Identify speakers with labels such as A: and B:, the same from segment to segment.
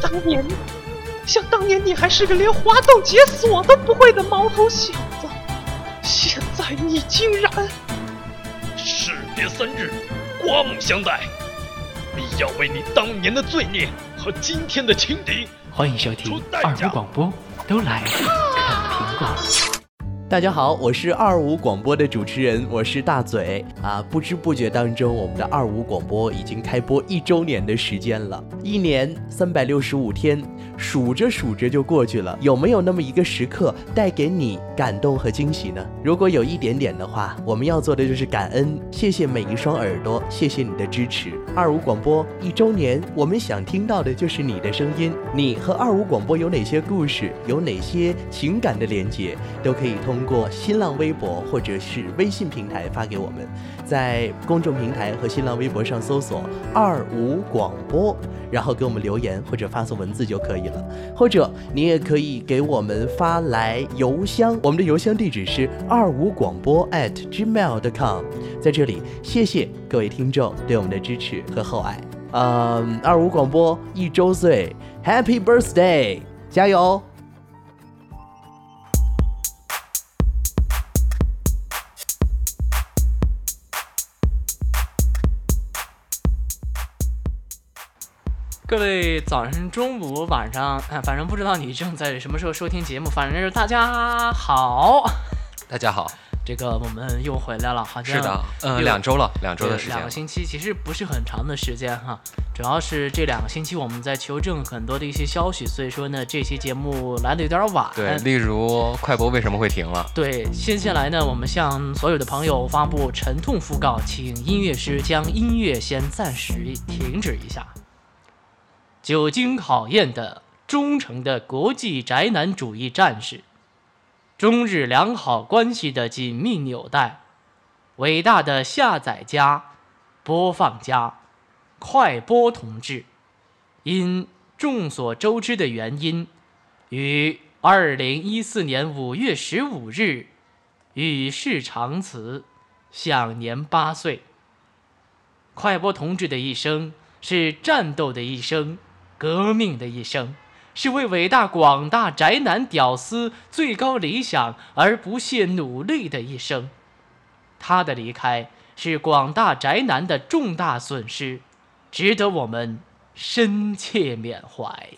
A: 当年，想当年你还是个连滑动解锁都不会的毛头小子，现在你竟然……
B: 士别三日，刮目相待。你要为你当年的罪孽和今天的轻敌，
C: 欢迎收听二五广播，都来看苹果。
D: 大家好，我是二五广播的主持人，我是大嘴啊。不知不觉当中，我们的二五广播已经开播一周年的时间了，一年三百六十五天，数着数着就过去了。有没有那么一个时刻带给你感动和惊喜呢？如果有一点点的话，我们要做的就是感恩，谢谢每一双耳朵，谢谢你的支持。二五广播一周年，我们想听到的就是你的声音。你和二五广播有哪些故事，有哪些情感的连接，都可以通。通过新浪微博或者是微信平台发给我们，在公众平台和新浪微博上搜索“二五广播”，然后给我们留言或者发送文字就可以了。或者你也可以给我们发来邮箱，我们的邮箱地址是二五广播 at gmail.com。在这里，谢谢各位听众对我们的支持和厚爱。嗯，二五广播一周岁，Happy Birthday！加油！
C: 各位早晨、中午、晚上，啊，反正不知道你正在什么时候收听节目，反正是大家好，
E: 大家好，
C: 这个我们又回来了，好像
E: 是的，呃，两周了，两周的时间，
C: 两个星期，其实不是很长的时间哈，主要是这两个星期我们在求证很多的一些消息，所以说呢，这期节目来的有点晚，
E: 对，例如快播为什么会停了？
C: 对，接下来呢，我们向所有的朋友发布沉痛讣告，请音乐师将音乐先暂时停止一下。久经考验的忠诚的国际宅男主义战士，中日良好关系的紧密纽带，伟大的下载家、播放家、快播同志，因众所周知的原因，于二零一四年五月十五日与世长辞，享年八岁。快播同志的一生是战斗的一生。革命的一生，是为伟大广大宅男屌丝最高理想而不懈努力的一生。他的离开是广大宅男的重大损失，值得我们深切缅怀。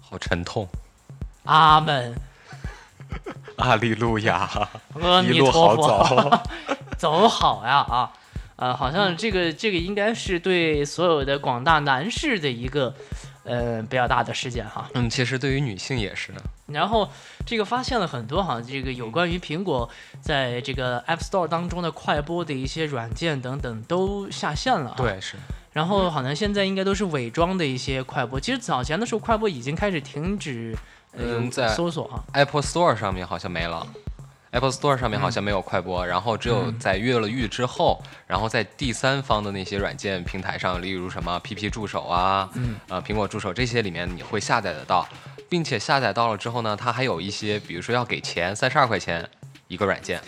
E: 好沉痛。
C: 阿门。
E: 阿利路亚。
C: 阿
E: 弥陀 佛。
C: 走好呀啊！啊、呃，好像这个这个应该是对所有的广大男士的一个，呃，比较大的事件哈。
E: 嗯，其实对于女性也是。
C: 然后这个发现了很多哈，这个有关于苹果在这个 App Store 当中的快播的一些软件等等都下线了。啊
E: 对，是。
C: 然后好像现在应该都是伪装的一些快播，其实早前的时候快播已经开始停止，
E: 嗯、呃，在
C: 搜索哈。
E: Apple Store 上面好像没了。Apple Store 上面好像没有快播，嗯、然后只有在越了狱之后，嗯、然后在第三方的那些软件平台上，例如什么 PP 助手啊，嗯、呃苹果助手这些里面你会下载得到，并且下载到了之后呢，它还有一些，比如说要给钱，三十二块钱一个软件。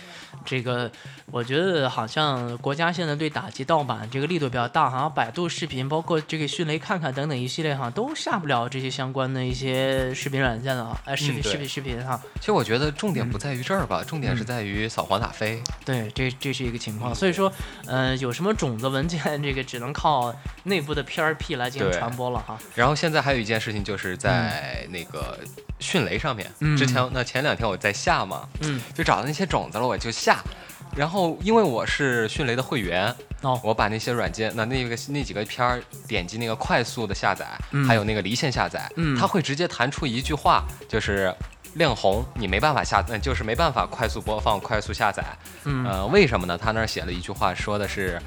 C: 这个我觉得好像国家现在对打击盗版这个力度比较大，好像百度视频，包括这个迅雷看看等等一系列哈，都下不了这些相关的一些视频软件了。哎、呃，视频、
E: 嗯、
C: 视频视频哈。
E: 其实我觉得重点不在于这儿吧，嗯、重点是在于扫黄打非。嗯、
C: 对，这这是一个情况。所以说，呃，有什么种子文件，这个只能靠内部的 PRP 来进行传播了哈。
E: 然后现在还有一件事情，就是在那个迅雷上面，之前那前两天我在下嘛，
C: 嗯，
E: 就找到那些种子了，我就下。然后，因为我是迅雷的会员
C: ，oh.
E: 我把那些软件，那那个那几个片儿，点击那个快速的下载，
C: 嗯、
E: 还有那个离线下载，
C: 嗯、
E: 它会直接弹出一句话，就是亮红，你没办法下，嗯，就是没办法快速播放、快速下载。
C: 嗯、
E: 呃，为什么呢？他那儿写了一句话，说的是，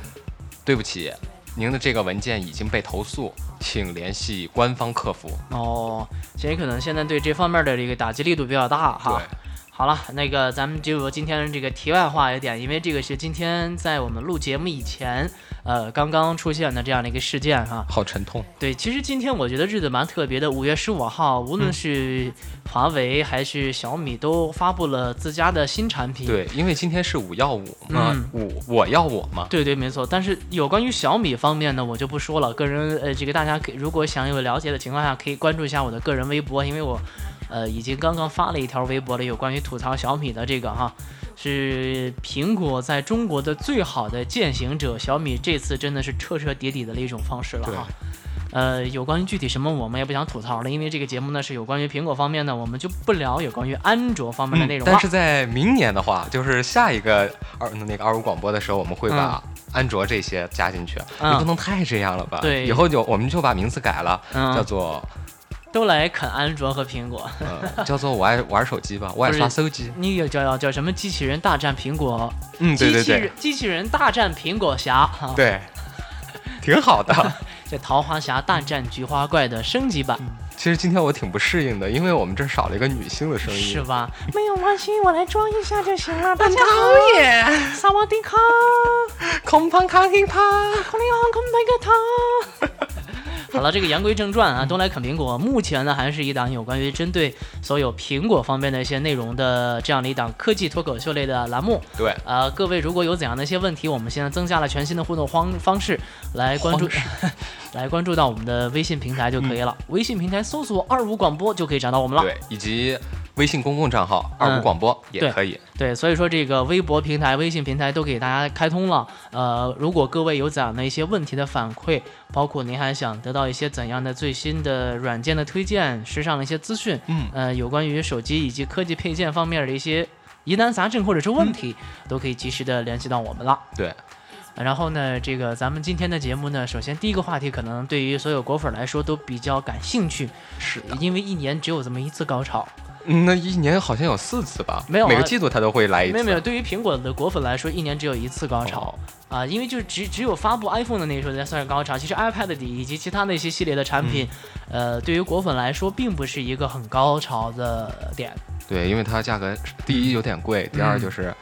E: 对不起，您的这个文件已经被投诉。请联系官方客服。
C: 哦，其实可能现在对这方面的这个打击力度比较大哈。
E: 对。
C: 好了，那个咱们就今天这个题外话一点，因为这个是今天在我们录节目以前，呃，刚刚出现的这样的一个事件哈、
E: 好沉痛。
C: 对，其实今天我觉得日子蛮特别的。五月十五号，无论是华为还是小米，都发布了自家的新产品。
E: 对，因为今天是五要五嘛
C: 嗯，
E: 五我要我嘛，
C: 对对没错。但是有关于小米方面呢，我就不说了。个人呃，这个大家可以如果想有了解的情况下，可以关注一下我的个人微博，因为我呃已经刚刚发了一条微博了，有关于吐槽小米的这个哈。是苹果在中国的最好的践行者，小米这次真的是彻彻底底的一种方式了哈。呃，有关于具体什么我们也不想吐槽了，因为这个节目呢是有关于苹果方面的，我们就不聊有关于安卓方面的内容了。
E: 嗯但是在明年的话，就是下一个二那个二五广播的时候，我们会把安卓这些加进去。
C: 嗯
E: 你不能太这样了吧？
C: 对
E: 以后就我们就把名字改了，
C: 嗯
E: 叫做
C: 都来啃安卓和苹果，
E: 呃 叫做我爱玩手机吧，我爱刷手机。
C: 你有叫叫什么机器人大战苹果，
E: 嗯，对对
C: 机器
E: 对
C: 人机器人大战苹果侠，啊、
E: 对，挺好的。
C: 这桃花侠大战菊花怪的升级版、
E: 其实今天我挺不适应的，因为我们这儿少了一个女性的声
C: 是
E: 音。
C: 吧？没有关系，我来装一下就行了。大家好，
E: 耶，
C: 萨瓦迪卡，
E: 空胖卡丁帕。
C: 克里昂，空白个 他。好了，这个言归正传啊，东来啃苹果。目前呢，还是一档有关于针对所有苹果方面的一些内容的这样的一档科技脱口秀类的栏目。
E: 对，
C: 呃，各位如果有怎样的一些问题，我们现在增加了全新的互动方方式，来关注， 来关注到我们的微信平台就可以了。微信平台搜索“二五广播”就可以找到我们了。
E: 对，以及微信公共账号“二
C: 嗯
E: 五广播”
C: 对
E: 也可以。
C: 对，所以说这个微博平台、微信平台都给大家开通了。呃，如果各位有怎样的一些问题的反馈，包括您还想得到一些怎样的最新的软件的推荐、时尚的一些资讯，
E: 嗯
C: 呃，有关于手机以及科技配件方面的一些疑难杂症或者是问题，都可以及时的联系到我们了。
E: 嗯对，
C: 然后呢，这个咱们今天的节目呢，首先第一个话题可能对于所有果粉来说都比较感兴趣，
E: 是的。
C: 因为一年只有这么一次高潮。
E: 嗯，那一年好像有四次吧？
C: 没有啊
E: 每个季度他都会来一
C: 没
E: 次。哦
C: 有没有，对于苹果的果粉来说，一年只有一次高潮、啊，因为就只只有发布 iPhone 的那时候才算是高潮。其实 iPad 底以及其他那些系列的产品，
E: 嗯
C: 呃，对于果粉来说，并不是一个很高潮的点。
E: 对，因为它价格第一有点贵，第二就是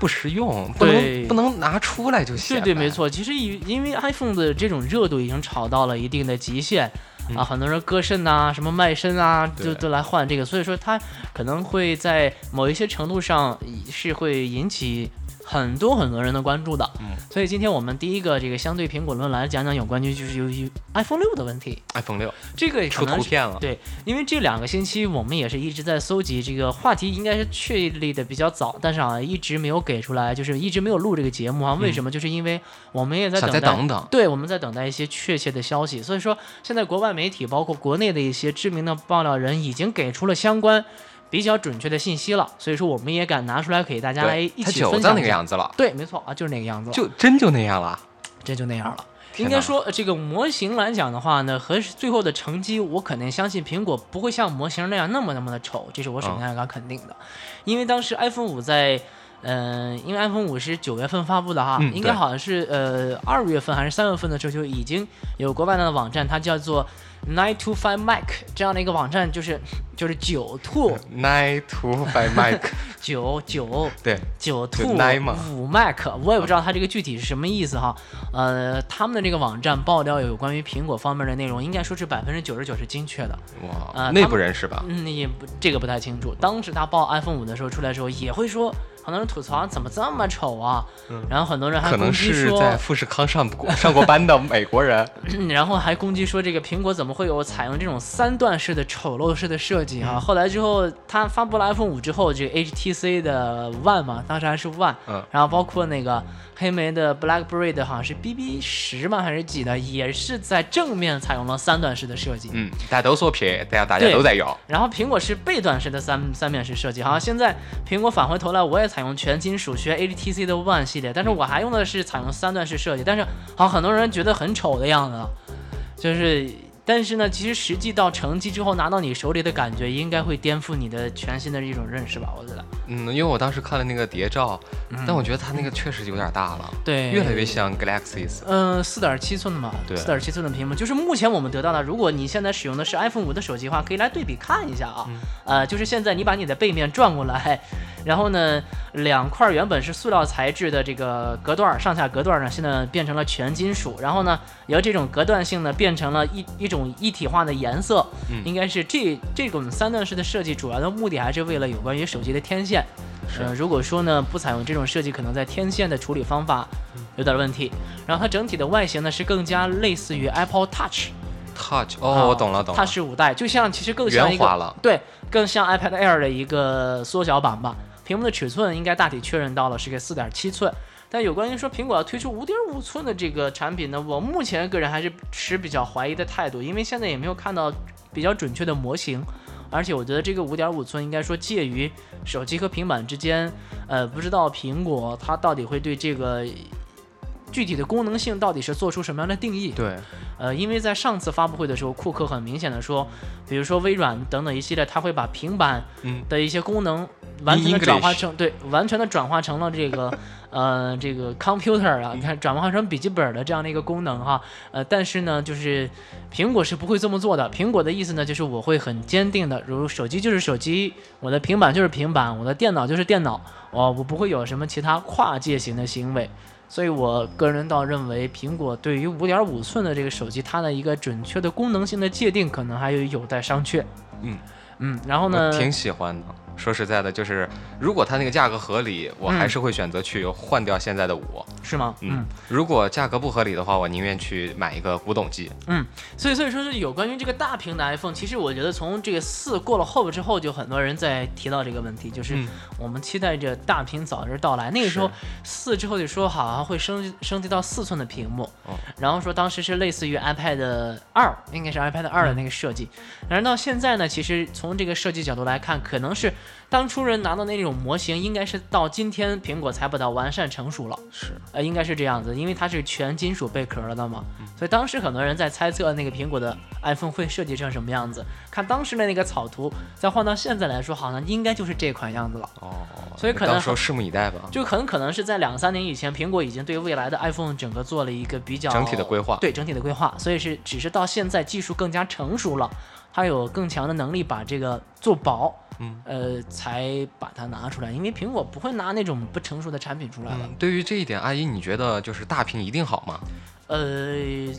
E: 不实用，不
C: 嗯对
E: 能不能拿出来就行。
C: 对对，没。错。其实以因为 iPhone 的这种热度已经炒到了一定的极限。啊，很多人割肾呐、什么卖身啊，就
E: 嗯对
C: 都来换这个，所以说它可能会在某一些程度上是会引起很多很多人的关注的。
E: 嗯，
C: 所以今天我们第一个这个相对苹果论来讲讲有关于就是由于 iPhone 六的问题，
E: iPhone 六
C: 这个可
E: 出
C: 能
E: 图
C: 是
E: 片了。
C: 对，因为这两个星期我们也是一直在搜集这个话题，应该是确立的比较早，但是啊一直没有给出来，就是一直没有录这个节目啊。为什么？就是因为我们也在
E: 想
C: 等
E: 再
C: 待，
E: 等等
C: 对，我们在等待一些确切的消息。所以说，现在国外媒体包括国内的一些知名的爆料人已经给出了相关比较准确的信息了，所以说我们也敢拿出来给大家来
E: 对
C: 一，
E: 它
C: 起
E: 就
C: 分
E: 在
C: 享
E: 那
C: 一
E: 个
C: 下。
E: 样子了，
C: 对，没错啊，就是那个样子了。
E: 就真就那样了。
C: 这就那样了。
E: 天
C: 应
E: 哪
C: 该说，呃这个模型来讲的话呢，和最后的成绩，我肯定相信苹果不会像模型那样那么那么的丑，这是我首先要敢肯定的。因为当时 iPhone 五在，嗯、因为 iPhone 五是九月份发布的哈，
E: 嗯
C: 应该
E: 对
C: 好像是呃二月份还是三月份的时候就已经有国外的网站，它叫做 Nine to Five Mac 这样的一个网站，就是就是九兔
E: Nine to by Mike，
C: 九九
E: 对，
C: 九
E: 就
C: 兔
E: 奶嘛
C: 五 Mac，我也不知道它这个具体是什么意思哈。呃，他们的这个网站爆料有关于苹果方面的内容，应该说是百分之九十九是精确的。
E: 哇
C: 呃，
E: 内
C: 他
E: 部人士吧？
C: 嗯，也不这个不太清楚。当时他报 iPhone 五的时候出来的时候，也会说很多人吐槽怎么这么丑啊，然后很多人还
E: 嗯可
C: 攻
E: 能
C: 击
E: 是
C: 说，
E: 在富士康上过上过班的美国 人。
C: 然后还攻击说这个苹果怎么会有采用这种三段式的丑陋式的设计啊？后来之后，它发布了 iPhone 五之后，这个 HTC 的 One 嘛，当时还是 One，、
E: 嗯
C: 然后包括那个黑莓的 BlackBerry 的好像是 BB 十嘛还是几的，也是在正面采用了三段式的设计。
E: 嗯，大家都说撇，大家大家
C: 对
E: 都在有。
C: 然后苹果是背段式的三三面式设计，好像现在苹果返回头来，我也采用全金属学 HTC 的 One 系列，但是我还用啊的是采用三段式设计，但是好像很多人觉得很丑的样子，就是但是呢，其实实际到成绩之后拿到你手里的感觉，应该会颠覆你的全新的一种认识吧？我觉得，
E: 嗯，因为我当时看了那个谍照，但我觉得它那个确实有点大了，
C: 嗯对，
E: 越来越像 Galaxies。
C: 嗯，四点七寸的嘛，
E: 对
C: 四点七寸的屏幕，就是目前我们得到的。如果你现在使用的是 iPhone 五的手机的话，可以来对比看一下啊。
E: 嗯
C: 呃，就是现在你把你的背面转过来，然后呢，两块原本是塑料材质的这个隔断儿，上下隔断儿呢，现在变成了全金属，然后呢，由这种隔断性呢，变成了一一种一体化的颜色。
E: 嗯
C: 应该是这这种三段式的设计，主要的目的还是为了有关于手机的天线。
E: 是
C: 呃，如果说呢不采用这种设计，可能在天线的处理方法
E: 嗯
C: 有点问题。然后它整体的外形呢是更加类似于 Apple Touch。
E: Touch，
C: 啊
E: 哦，我懂了，懂了，
C: Touch 五代就像其实更像一
E: 圆
C: 个
E: 滑了，
C: 对，更像 iPad Air 的一个缩小版吧。屏幕的尺寸应该大体确认到了是个四点七寸，但有关于说苹果要推出五点五寸的这个产品呢，我目前个人还是持比较怀疑的态度，因为现在也没有看到比较准确的模型。而且我觉得这个五点五寸应该说介于手机和平板之间，呃，不知道苹果它到底会对这个具体的功能性到底是做出什么样的定义。
E: 对，
C: 呃，因为在上次发布会的时候，库克很明显的说，比如说微软等等一系列，它会把平板
E: 嗯
C: 的一些功能完全的
E: English
C: 转化成对，完全的转化成了这个呃这个 computer 啊，你看转化成笔记本的这样的一个功能哈。呃，但是呢，就是苹果是不会这么做的。苹果的意思呢，就是我会很坚定的，如手机就是手机，我的平板就是平板，我的电脑就是电脑，哦，我不会有什么其他跨界型的行为。所以我个人倒认为，苹果对于五点五寸的这个手机，它的一个准确的功能性的界定，可能还有有待商榷。
E: 嗯
C: 嗯，然后呢
E: 我？挺喜欢的。说实在的，就是如果它那个价格合理，我还是会选择去换掉现在的五。
C: 是吗？嗯
E: 嗯，如果价格不合理的话，我宁愿去买一个古董机。
C: 所以所以说是有关于这个大屏的 iPhone，其实我觉得从这个四过了后之后，就很多人在提到这个问题，就是
E: 嗯
C: 我们期待着大屏早日到来。那个时候四之后就说好像会升升级到四寸的屏幕，
E: 哦
C: 然后说当时是类似于 iPad 二，应该是 iPad 二
E: 嗯
C: 的那个设计。然而到现在呢，其实从这个设计角度来看，可能是当初人拿到那种模型，应该是到今天苹果才把它完善成熟了。
E: 是，
C: 呃，应该是这样子，因为它是全金属贝壳儿的嘛，
E: 嗯
C: 所以当时很多人在猜测那个苹果的 iPhone 会设计成什么样子。看当时的那个草图，再换到现在来说，好像应该就是这款样子了。
E: 哦，
C: 所以可
E: 那
C: 能
E: 到时候拭目以待吧。
C: 就很可能是在两三年以前，苹果已经对未来的 iPhone 整个做了一个比较
E: 整体的规划
C: 对整体的规划，所以是只是到现在技术更加成熟了，它有更强的能力把这个做薄，
E: 嗯，
C: 呃，才把它拿出来。因为苹果不会拿那种不成熟的产品出来的。
E: 嗯，对于这一点，阿姨，你觉得就是大屏一定好吗？
C: 呃，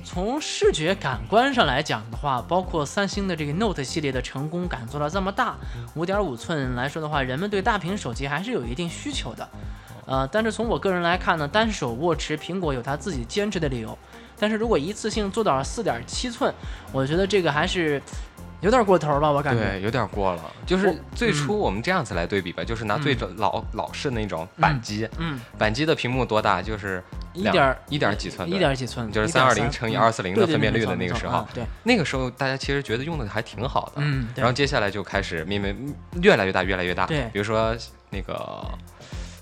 C: 从视觉感官上来讲的话，包括三星的这个 Note 系列的成功感做到这么大，五点五寸来说的话，人们对大屏手机还是有一定需求的。呃，但是从我个人来看呢，单手握持苹果有它自己坚持的理由，但是如果一次性做到四点七寸，我觉得这个还是有点过头了，我感觉。
E: 对，有点过了。就是
C: 嗯
E: 最初我们这样子来对比吧，就是拿最老老式那种板机，
C: 嗯，
E: 板机的屏幕多大？就是
C: 一
E: 两
C: 点
E: 一点几寸，
C: 一
E: 对
C: 点几寸，
E: 就是
C: 1.3
E: 320乘以
C: 嗯
E: 240的
C: 对对
E: 分辨
C: 没
E: 率
C: 错
E: 的那
C: 没
E: 个
C: 错
E: 时候
C: 啊对，
E: 那个时候大家其实觉得用的还挺好的，
C: 嗯，对
E: 然后接下来就开始面面越来越大，越来越大。
C: 对
E: 比如说那个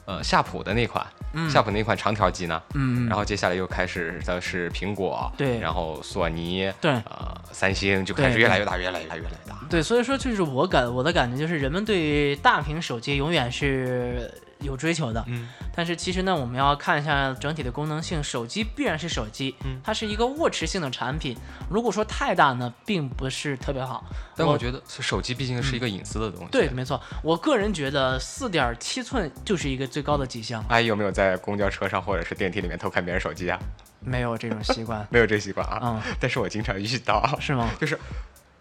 E: 呃夏普的那款，
C: 嗯
E: 夏普那款长条机呢，
C: 嗯，嗯
E: 然后接下来又开始的是苹果，
C: 对
E: 然后索尼，
C: 对
E: 呃，三星就开始
C: 对
E: 越来越大，越来越大，越来越大。
C: 对，所以说就是我感我的感觉就是，人们对大屏手机永远是有追求的。
E: 嗯，
C: 但是其实呢，我们要看一下整体的功能性。手机必然是手机，
E: 嗯
C: 它是一个握持性的产品。如果说太大呢，并不是特别好。
E: 但
C: 我
E: 我觉得手机毕竟是一个隐私的东西。
C: 对，，没错，我个人觉得四点七寸就是一个最高的极限了，
E: 阿姨哎有没有在公交车上或者是电梯里面偷看别人手机啊？。
C: 没有这种习惯
E: 没有这习惯啊，
C: 嗯，
E: 但是我经常遇到，
C: 是吗？
E: 就是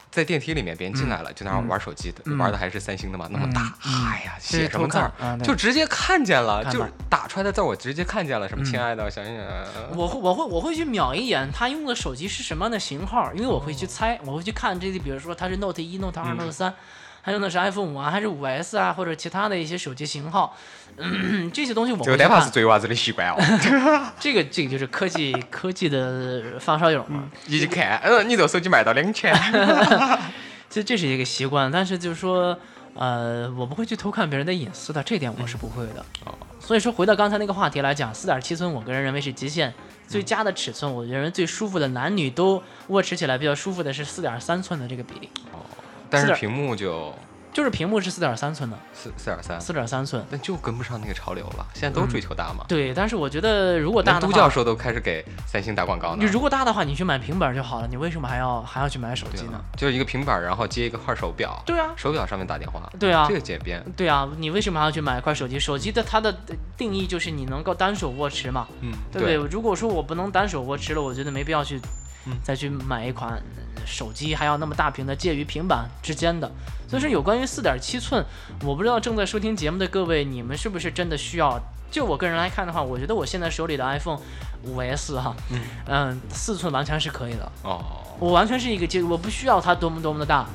E: 在电梯里面别
C: 嗯
E: 人进来了，就那儿玩手机的，玩的还是三星的嘛，那么大，哎呀，写什么字儿
C: 这是偷看啊对
E: 就直接看见了，
C: 看到嗯
E: 就是打出来的字儿我直接看见了，什么亲爱的，小心点儿。
C: 我会我会我会去瞄一眼他用的手机是什么样的型号，因为我会
E: 哦
C: 去猜，我会去看这个，比如说他是 Note 一、Note
E: 嗯
C: 二、Note 三，他用的是 iPhone 五啊，还是五 S 啊，或者其他的一些手机型号，嗯、这些东西我
E: 就
C: 会去
E: 哪怕是
C: 看。
E: 最娃子的习惯哦，
C: 这个这个就是科技科技的发烧友嘛，
E: 一看，嗯，你这手机卖到 两千，
C: 这这是一个习
E: 嗯哦
C: 惯，但是就是说。呃，我不会去偷看别人的隐私的，这点我是不会的。所以说，回到刚才那个话题来讲，四点七寸，我个人认为是极限
E: 嗯
C: 最佳的尺寸。我认为最舒服的，男女都握持起来比较舒服的是四点三寸的这个比例，
E: 但是
C: 4.3
E: 屏幕就
C: 就是屏幕是四点三寸的，
E: 四四点三，
C: 四点三寸。
E: 但就跟不上那个潮流了。现在都追求大嘛，
C: 对，但是我觉得如嗯果大
E: 连
C: 的
E: 都
C: 话，
E: 教授都开始给三星打广告
C: 你
E: 呢。
C: 如果大的话，你去买平板儿就好了，你为什么还要还要去买手
E: 对
C: 机呢
E: 啊？，就是一个平板儿，然后接一个块手表，
C: 对啊，
E: 手表上面打电话，
C: 对啊
E: 这，个简便。
C: 对啊，你为什么还要去买一块手机？手机的它的定义就是你能够单手握持嘛，
E: 嗯，
C: 对不对？如果说我不能单手握持了，我觉得没必要去
E: 嗯
C: 再去买一款呃手机，还要那么大屏的，介于平板之间的。所以
E: 嗯
C: 说，有关于四点七寸，我不知道正在收听节目的各位，你们是不是真的需要？就我个人来看的话，我觉得我现在手里的 iPhone 五 S 哈，
E: 嗯
C: 嗯，四、寸完全是可以的，
E: 哦，
C: 我完全是一个阶，我不需要它多么多么的大。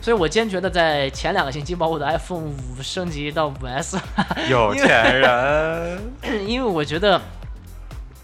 C: 所以我坚决的在前两个星期把我的 iPhone 五升级到五 S，
E: 有钱人
C: 因为我觉得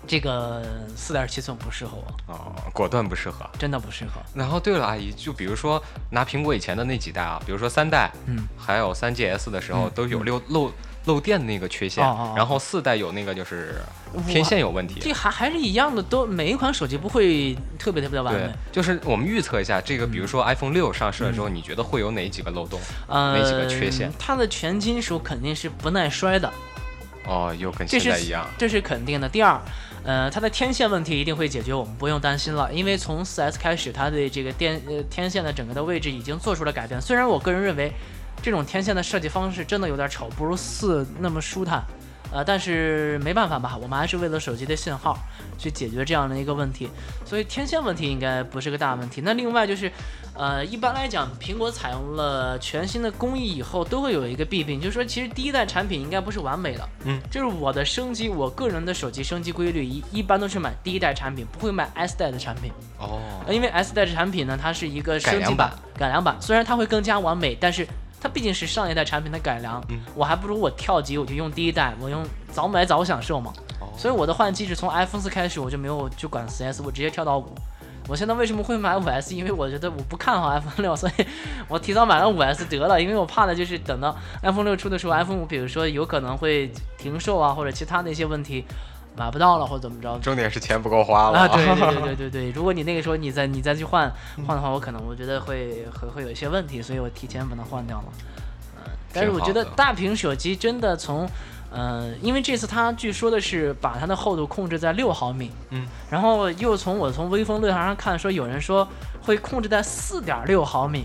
C: 这个四点七寸不适合我，
E: 哦，果断不适合。
C: 真的不适合。
E: 然后对了，阿姨，就比如说拿苹果以前的那几代啊，比如说三代，
C: 嗯，
E: 还有三 GS 的时候，都有漏漏漏电那个缺陷
C: 哦哦哦，
E: 然后四代有那个就是
C: 哇
E: 天线有问
C: 这
E: 题。
C: 还还是一样的，都每一款手机不会特别特别的完
E: 对
C: 美。，
E: 就是我们预测一下这个，
C: 嗯
E: 比如说 iPhone 六上市了之后，你觉得会有哪几个漏洞？
C: 呃，
E: 哪几个缺陷？
C: 它的全金属肯定是不耐摔的，
E: 哦，又跟
C: 这是
E: 现在一样，
C: 这是肯定的。第二，呃，它的天线问题一定会解决，我们不用担心了，因为从 4S 开始，它对这个电呃天线的整个的位置已经做出了改变。虽然我个人认为这种天线的设计方式真的有点丑，不如四那么舒坦。呃，但是没办法吧，我们还是为了手机的信号去解决这样的一个问题，所以天线问题应该不是个大问题。那另外就是，呃，一般来讲，苹果采用了全新的工艺以后，都会有一个弊病，就是说其实第一代产品应该不是完美的，就是我的升级，我个人的手机升级规律一一般都是买第一代产品，不会买 S 代的产品，
E: 哦，
C: 呃因为 S 代的产品呢，它是一个升级版改
E: 改良
C: 良版，虽然它会更加完美，但是它毕竟是上一代产品的改良，
E: 嗯
C: 我还不如我跳级我就用第一代，我用早买早享受嘛。
E: 哦
C: 所以我的换机是从 iPhone 四开始，我就没有去管 4S，我直接跳到五。我现在为什么会买 5S？因为我觉得我不看好 iPhone 六，所以我提早买了 5S 得了，因为我怕的就是等到 iPhone 六出的时候，iPhone 五比如说有可能会停售啊，或者其他的一些问题买不到了或者怎么着。
E: 重点是钱不够花了
C: 啊，对对对对对对，如果你那个时候你再你再去换
E: 嗯
C: 换的话，我可能我觉得会会会有一些问题，所以我提前把它换掉了。嗯，但是
E: 挺
C: 我
E: 好
C: 觉得
E: 的
C: 大屏手机真的从，呃，因为这次它据说的是把它的厚度控制在六毫米，
E: 嗯，
C: 然后又从我从微风论坛上看说有人说会控制在四点六毫米，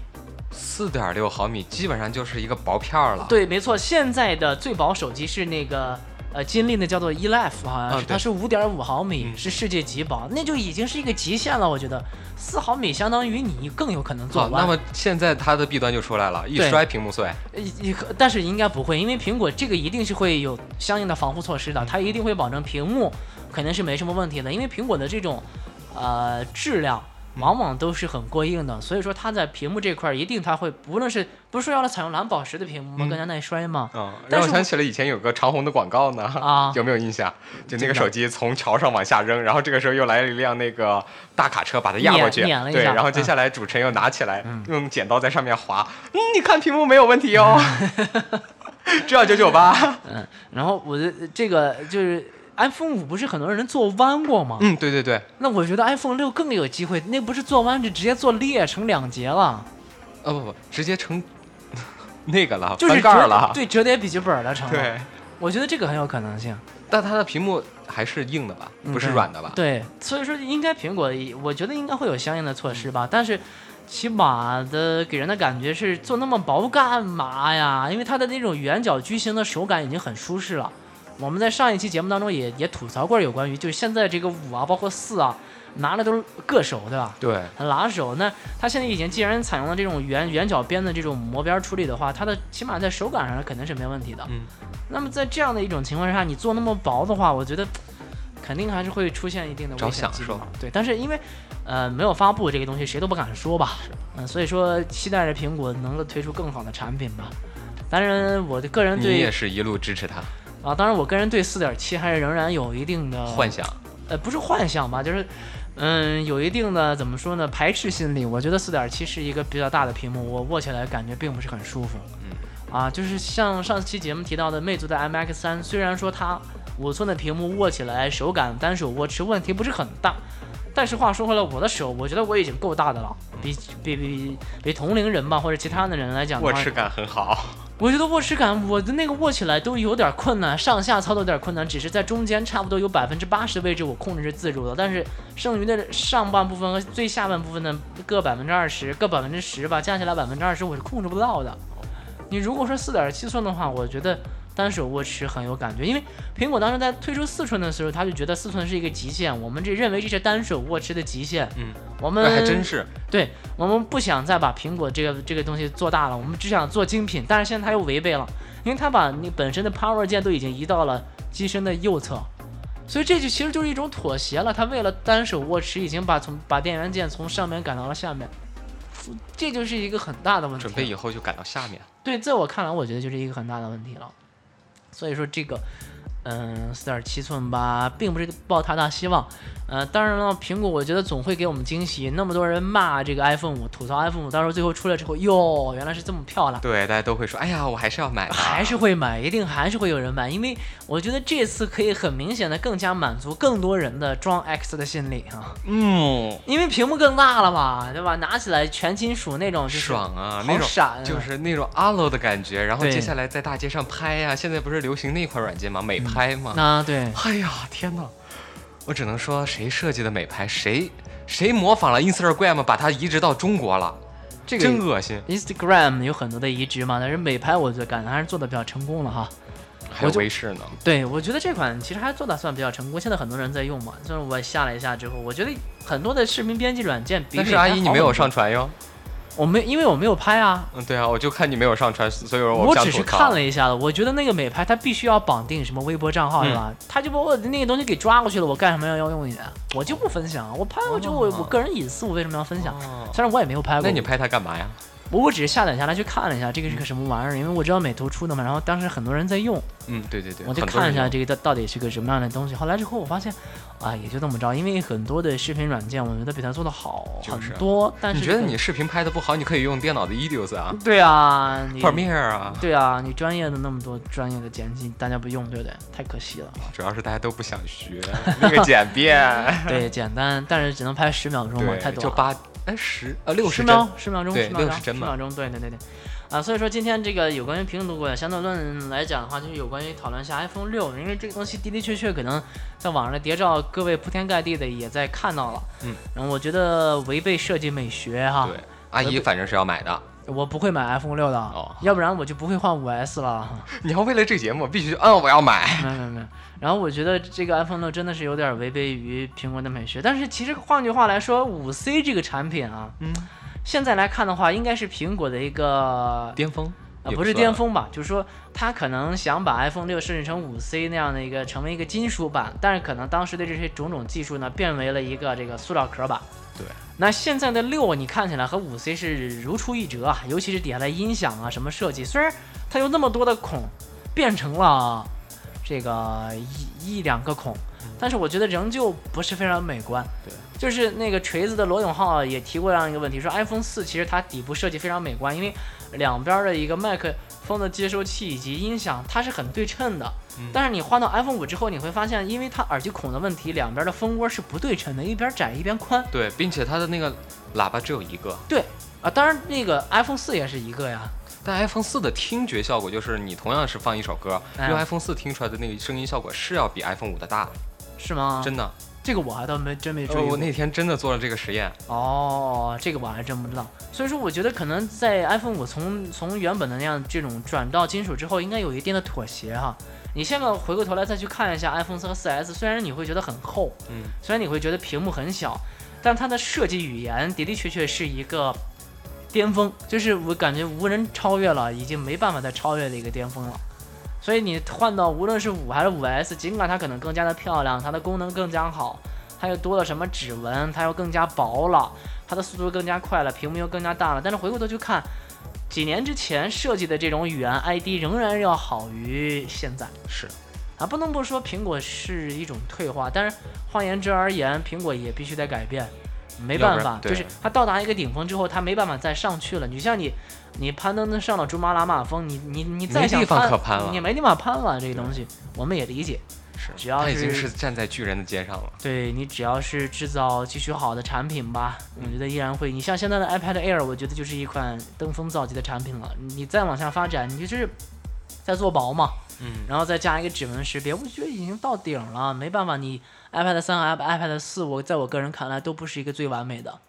E: 四点六毫米基本上就是一个薄片儿了。
C: 对，没错，现在的最薄手机是那个。呃，金立那叫做 eLife，好像
E: 啊
C: 是，它
E: 对
C: 是五点五毫米，
E: 嗯
C: 是世界级薄，那就已经是一个极限了。我觉得四毫米相当于你更有可能做
E: 好，
C: 完。
E: 那么现在它的弊端就出来了，一
C: 对
E: 摔屏幕碎。
C: 呃，一个但是应该不会，因为苹果这个一定是会有相应的防护措施
E: 嗯
C: 的，它一定会保证屏幕肯定是没什么问题的，因为苹果的这种呃质量
E: 嗯
C: 往往都是很过硬的，所以说它在屏幕这块儿一定它会，无论是不是说要了采用蓝宝石的屏幕吗，
E: 嗯
C: 更加耐摔吗？
E: 啊、
C: 但
E: 让
C: 是
E: 我想
C: 我
E: 起了以前有个长虹的广告呢，
C: 啊
E: 有没有印象？就那
C: 真的
E: 个手机从桥上往下扔，然后这个时候又来了一辆那个大卡车把它压过去，
C: 碾碾了一
E: 对，
C: 下嗯
E: 然后接下来主持人又拿起来、用剪刀在上面划，嗯，你看屏幕没有问题哦， 知道九 九八，
C: 嗯，然后我的这个就是 iPhone 五不是很多人做弯过吗？
E: 嗯，对对对，
C: 那我觉得 iPhone 六更有机会，那不是做弯，就直接做裂成两截了，
E: 呃不不，直接成 那个了，
C: 就是
E: 翻盖
C: 折
E: 儿了，
C: 对，折叠笔记本了成了。
E: 对，
C: 我觉得这个很有可能性。
E: 但它的屏幕还是硬的吧，
C: 嗯
E: 不是
C: 对
E: 软的吧？
C: 对，所以说应该苹果，我觉得应该会有相应的措施吧。但是，起码的给人的感觉是做那么薄干嘛呀？因为它的那种圆角矩形的手感已经很舒适了。我们在上一期节目当中也也吐槽过有关于就是现在这个五啊，包括四啊，拿了都是硌手，对吧？
E: 对，
C: 很拉手。那它现在已经既然采用了这种圆圆角边的这种磨边处理的话，它的起码在手感上肯定是没问题的。
E: 嗯，
C: 那么在这样的一种情况下，你做那么薄的话，我觉得肯定还是会出现一定的
E: 找
C: 危险
E: 享
C: 性
E: 受
C: 嘛。对，但是因为呃没有发布这个东西，谁都不敢说吧。嗯、所以说期待着苹果能够推出更好的产品吧。当然，我的个人
E: 你
C: 对
E: 也是一路支持它，
C: 啊，当然我个人对四点七还是仍然有一定的
E: 幻想。
C: 呃，不是幻想吧，就是，嗯，有一定的怎么说呢，排斥心理。我觉得四点七是一个比较大的屏幕，我握起来感觉并不是很舒服。
E: 嗯
C: 啊，就是像上期节目提到的魅族的 MX 三，虽然说它五寸的屏幕握起来手感单手握持问题不是很大，但是话说回来，我的手我觉得我已经够大的了，比比比比同龄人吧或者其他的人来讲的
E: 握
C: 话，
E: 持感很好，
C: 我觉得握持感，我的那个握起来都有点困难，上下操作有点困难，只是在中间差不多有百分之八十位置我控制是自如的，但是剩余的上半部分和最下半部分的各百分之二十，各百分之十吧，加起来百分之二十我是控制不到的。你如果说四点七寸的话，我觉得单手握持很有感觉，因为苹果当时在推出四寸的时候，他就觉得四寸是一个极限，我们这认为这是单手握持的极限。
E: 嗯，
C: 我们
E: 那还 真是。
C: 对我们不想再把苹果这个这个东西做大了，我们只想做精品。但是现在它又违背了，因为它把你本身的 Power 键都已经移到了机身的右侧，所以这就其实就是一种妥协了。它为了单手握持，已经把从把电源键从上面赶到了下面，这就是一个很大的问题了。
E: 准备以后就赶到下面。
C: 对，在我看来，我觉得就是一个很大的问题了。所以说这个，嗯，四点七寸吧，并不是抱太大希望。呃，当然了，苹果我觉得总会给我们惊喜。那么多人骂这个 iPhone 五，吐槽 iPhone 五，到时候最后出来之后，哟，原来是这么漂亮。
E: 对，大家都会说，哎呀，我还是要买的。
C: 还是会买，一定还是会有人买，因为我觉得这次可以很明显的更加满足更多人的装 X 的心理啊，
E: 嗯，
C: 因为屏幕更大了嘛，对吧？拿起来全金属那种就是
E: 爽啊，
C: 好
E: 那种
C: 闪啊
E: 就是那种阿 l 的感觉。然后
C: 对
E: 接下来在大街上拍呀、现在不是流行那款软件吗？美拍吗？
C: 啊，对，
E: 哎呀，天哪！我只能说，谁设计的美拍，谁谁模仿了 Instagram，把它移植到中国了，
C: 这
E: 真恶心。
C: Instagram 有很多的移植嘛，但是美拍我觉得感觉还是做的比较成功了哈。
E: 还有
C: 就
E: 威视呢，
C: 对，我觉得这款其实还做的算比较成功，现在很多人在用嘛。就是我下了一下之后，我觉得很多的视频编辑软件比
E: 但是
C: 美拍
E: 阿姨你
C: 好
E: 没有
C: 很多
E: 上，传哟。
C: 我没，因为我没有拍啊，
E: 嗯，对啊，我就看你没有上传，所以我
C: 我
E: 不想
C: 只是
E: 吐槽
C: 看了一下了。我觉得那个美拍它必须要绑定什么微博账号是
E: 嗯
C: 吧？他就把我的那个东西给抓过去了，我干什么要要用你？我就不分享啊，我拍我就我我个人隐私，我为什么要分享？
E: 哦
C: 虽然我也没有拍过，
E: 那你拍它干嘛呀？
C: 我我只是下载下来去看了一下这个是个什么玩意儿，因为我知道美图出的嘛，然后当时很多人在用。
E: 嗯，对对对，
C: 我就
E: 很多人
C: 看一下
E: 用
C: 这个到到底是个什么样的东西。后来之后我发现，啊，也就那么着，因为很多的视频软件，我觉得比它做的好
E: 就
C: 很
E: 是啊
C: 多。但是
E: 你觉得
C: 可
E: 你视频拍的不好，你可以用电脑的 Edios 啊
C: 对啊，你
E: ，Premiere 啊，
C: 对啊，你专业的那么多专业的剪辑，大家不用，对不对？太可惜 了。
E: 主要是大家都不想 学那个简便，
C: 对，简单，但是只能拍十秒钟嘛，太短
E: 对，就
C: 了。
E: 八哎十呃六
C: 十
E: 十
C: 秒
E: 帧，，
C: 十秒钟，
E: 对
C: 十秒钟，
E: 60
C: 十
E: 帧嘛
C: 秒钟，对对对对。啊，所以说今天这个有关于苹果的相对论来讲的话，就是有关于讨论一下 iPhone 六，因为这个东西的的确确可能在网上的谍照，各位铺天盖地的也在看到了。
E: 嗯，
C: 然后我觉得违背设计美学哈，
E: 对，阿
C: 呃
E: 姨反正是要买的。
C: 我不会买 iPhone 六的，
E: 哦
C: 要不然我就不会换五 S 了。
E: 你要为了这节目必须，嗯，我要买。
C: 没有没有没有。然后我觉得这个 iPhone 六真的是有点违背于苹果的美学，但是其实换句话来说，五 C 这个产品啊，
E: 嗯，
C: 现在来看的话，应该是苹果的一个
E: 巅峰
C: 啊，
E: 也
C: 不是
E: 算
C: 巅峰吧，就是说他可能想把 iPhone 六设计成五 C 那样的一个成为一个金属版，但是可能当时的这些种种技术呢，变为了一个这个塑料壳版。
E: 对，
C: 那现在的六你看起来和五 C 是如出一辙啊，尤其是底下的音响啊什么设计，虽然它有那么多的孔，变成了这个一一两个孔，但是我觉得仍旧不是非常美观。
E: 嗯对，
C: 就是那个锤子的罗永浩也提过这样一个问题，说 iPhone 四其实它底部设计非常美观，因为两边的一个麦克风的接收器以及音响它是很对称的。
E: 嗯
C: 但是你换到 iPhone 五之后，你会发现，因为它耳机孔的问题，两边的蜂窝是不对称的，一边窄一边宽。
E: 对，并且它的那个喇叭只有一个，
C: 对啊，当然那个 iPhone 四也是一个呀。
E: 但 iPhone 四的听觉效果就是你同样是放一首歌，
C: 哎
E: 用 iPhone 四听出来的那个声音效果是要比 iPhone 五的大，
C: 是吗？
E: 真的。
C: 这个啊哦我还倒没真没注意
E: 呃
C: 过。
E: 我那天真的做了这个实验，
C: 哦，这个我还真不知道。所以说，我觉得可能在 iPhone 五从从原本的那样这种转到金属之后，应该有一定的妥协哈。你现在回过头来再去看一下 iPhone 四和 4S，虽然你会觉得很厚，
E: 嗯，
C: 虽然你会觉得屏幕很小，但它的设计语言的的确确是一个巅峰，就是我感觉无人超越了，已经没办法再超越的一个巅峰了。所以你换到无论是五还是五 S，尽管它可能更加的漂亮，它的功能更加好，它又多了什么指纹，它又更加薄了，它的速度更加快了，屏幕又更加大了。但是回过头去看，几年之前设计的这种语言 ID 仍然要好于现在。
E: 是
C: 啊，不能不说苹果是一种退化，但是换言之而言，苹果也必须得改变。没
E: 要不
C: 办
E: 然
C: 法，
E: 对
C: 就是它到达一个顶峰之后，它没办法再上去了。你像你，你攀登上了珠穆朗玛峰，你你你再
E: 没
C: 想
E: 地方
C: 攀
E: 可攀了
C: 你没地方攀了。这个东西我们也理解，
E: 是，
C: 只要
E: 他已经
C: 是
E: 是站在巨人的肩上了。
C: 对你只要是制造继续好的产品吧，我觉得依然会。你像现在的 iPad Air，我觉得就是一款登峰造极的产品了。你再往下发展，你就是在做薄嘛，
E: 嗯，
C: 然后再加一个指纹识别，我觉得已经到顶了，没办法。你 iPad 三和 iP- iPad 四，我在我个人看来都不是一个最完美的，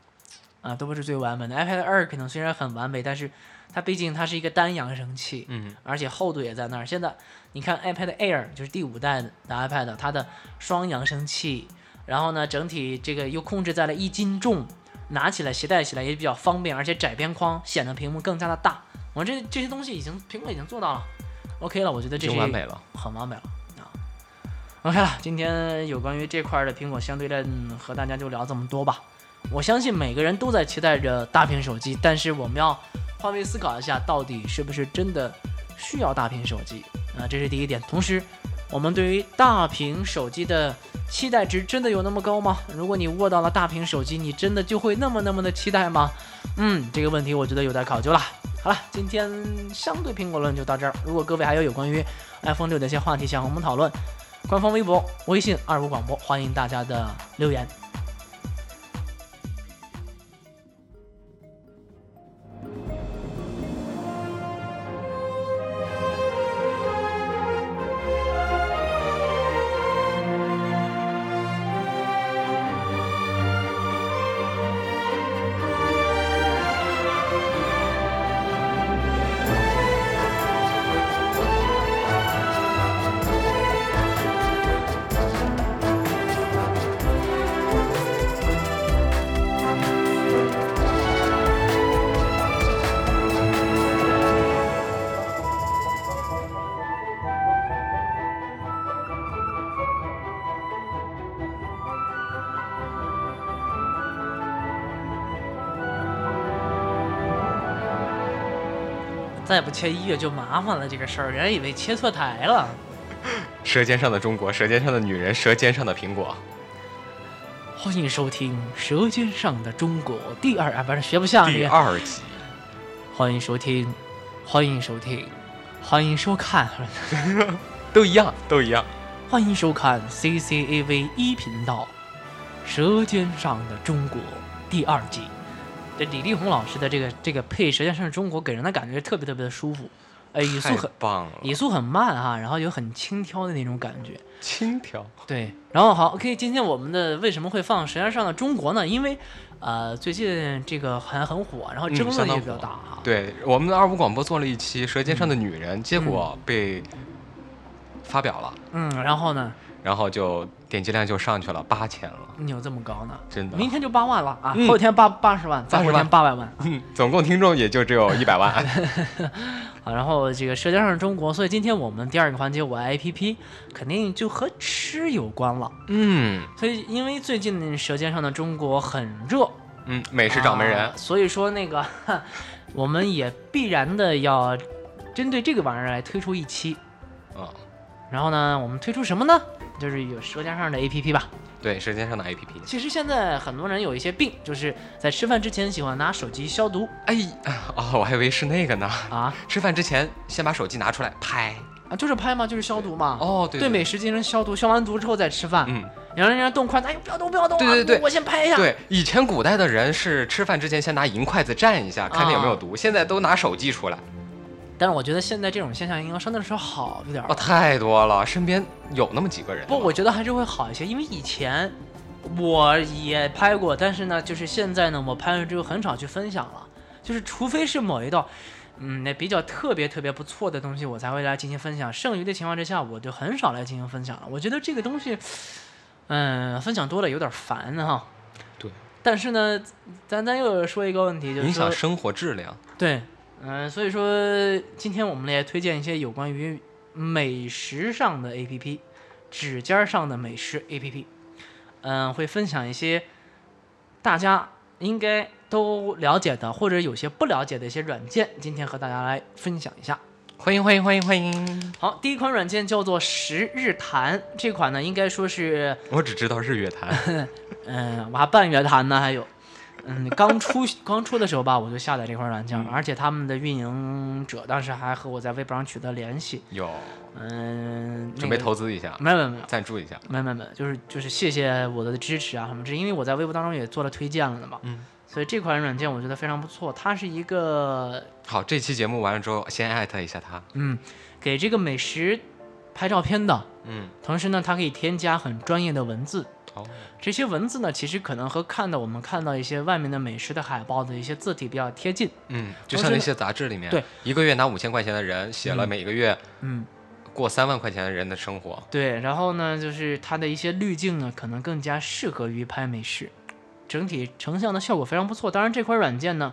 C: 啊，都不是最完美的。iPad 二可能虽然很完美，但是它毕竟它是一个单扬声器，
E: 嗯，
C: 而且厚度也在那儿。现在你看 iPad Air 就是第五代的 iPad，它的双扬声器，然后呢，整体这个又控制在了一斤重，拿起来携带起来也比较方便，而且窄边框显得屏幕更加的大。我这这些东西已经苹果已经做到了，OK 了，我觉得
E: 已
C: 这是
E: 经完美了。
C: 很完美了啊。OK 了，今天有关于这块儿的苹果相对论和大家就聊这么多吧。我相信每个人都在期待着大屏手机，但是我们要换位思考一下，到底是不是真的需要大屏手机啊？这是第一点。同时，我们对于大屏手机的期待值真的有那么高吗？如果你握到了大屏手机，你真的就会那么那么的期待吗？嗯，这个问题我觉得有待考究了。好了，今天相对苹果论就到这儿。如果各位还有有关于 iPhone 六的一些话题想和我们讨论，官方微博、微信二五广播，欢迎大家的留言。再不切一月就麻烦了，这个事儿，人家以为切错台了。
E: 舌尖上的中国，舌尖上的女人，舌尖上的苹果。
C: 欢迎收听《舌尖上的中国》第二啊，不是学不像
E: 第
C: 你。
E: 二集，
C: 欢迎收听，欢迎收听，欢迎收看，
E: 都一样，都一样。
C: 欢迎收看 CCAV 一频道《舌尖上的中国》第二季。这李丽宏老师的这个这个配《舌尖上的中国》，给人的感觉特别特别的舒服，呃，语速
E: 太
C: 很
E: 棒了，
C: 语速很慢哈、然后有很轻佻的那种感觉。
E: 轻佻。
C: 对，然后好，OK，今天我们的为什么会放《舌尖上的中国》呢？因为，呃，最近这个还很火，然后
E: 嗯
C: 争
E: 相
C: 论
E: 当
C: 也比较
E: 火
C: 大哈。
E: 对我们的二五广播做了一期《舌尖
C: 嗯
E: 上的女人》，结果被发表了，
C: 嗯，然后呢，
E: 然后就点击量就上去了八千了，
C: 你有这么高呢？
E: 真的。
C: 明天就八万了啊，
E: 嗯
C: 后天八八十万，再
E: 80
C: 后天
E: 万
C: 八百万。
E: 嗯总共听众也就只有一 百万。
C: 啊，然后这个《舌尖上的中国》，所以今天我们第二个环节我爱 APP 肯定就和吃有关了。
E: 嗯
C: 所以因为最近《舌尖上的中国》很热，
E: 嗯，美食掌门人
C: 啊，所以说那个 我们也必然的要针对这个玩意儿来推出一期。
E: 嗯，
C: 然后呢，我们推出什么呢？就是有《舌尖上的 APP 吧。
E: 对，舌尖上的 APP。
C: 其实现在很多人有一些病，就是在吃饭之前喜欢拿手机消毒
E: 哎，哦，我还以为是那个呢。
C: 啊
E: 吃饭之前先把手机拿出来拍。
C: 啊，就是拍嘛，就是消毒嘛。
E: 哦，对
C: 对美，食进行消毒，消完毒之后再吃饭。
E: 嗯，
C: 然后人家动筷子，哎呦，不要动，不要动、啊，
E: 对对对
C: 我先拍一下。
E: 对，以前古代的人是吃饭之前先拿银筷子蘸一下，看看有没
C: 啊
E: 有毒，现在都拿手机出来。
C: 但是我觉得现在这种现象应该相对来说好一点儿
E: 哦，
C: 吧。
E: 太多了，身边有那么几个人吗。
C: 不，我觉得还是会好一些，因为以前我也拍过，但是呢，就是现在呢，我拍完之后很少去分享了，就是除非是某一道。嗯，那比较特别特别不错的东西，我才会来进行分享。剩余的情况之下，我就很少来进行分享了。我觉得这个东西，嗯，分享多了有点烦哈、
E: 对。
C: 但是呢，咱咱又说一个问题，就是
E: 影
C: 说
E: 响生活质量。
C: 对，嗯、所以说今天我们来推荐一些有关于美食上的 APP，指尖儿上的美食 APP，嗯、会分享一些大家应该都了解的或者有些不了解的一些软件，今天和大家来分享一下。
E: 欢迎欢迎欢迎欢 迎！
C: 好，第一款软件叫做十日谈，这款呢应该说是
E: 我只知道日月潭，
C: 嗯，我还半月谈呢，还有，嗯，刚出刚出的时候吧，我就下载这款软
E: 嗯
C: 件，而且他们的运营者当时还和我在微博上取得联系，
E: 有
C: 嗯，那
E: 准备
C: 个
E: 投资一下，
C: 没有没有没有
E: 赞助一下，
C: 没有没有没有，就是就是谢谢我的支持啊什么之，因为我在微博当中也做了推荐了的嘛，
E: 嗯，
C: 所以这款软件我觉得非常不错，它是一个
E: 好，这期节目完了之后，先艾特一下他。
C: 嗯，给这个美食拍照片的，
E: 嗯，
C: 同时呢，它可以添加很专业的文字，
E: 哦，
C: 这些文字呢，其实可能和看到我们看到一些外面的美食的海报的一些字体比较贴近，
E: 嗯，就
C: 同时
E: 像那
C: 呢
E: 些杂志里面，
C: 哦对，
E: 一个月拿五千块钱的人，写了每个月
C: 嗯，
E: 过三万块钱的人的生活。
C: 对，然后呢，就是它的一些滤镜呢，可能更加适合于拍美食，整体成像的效果非常不错。当然，这款软件呢，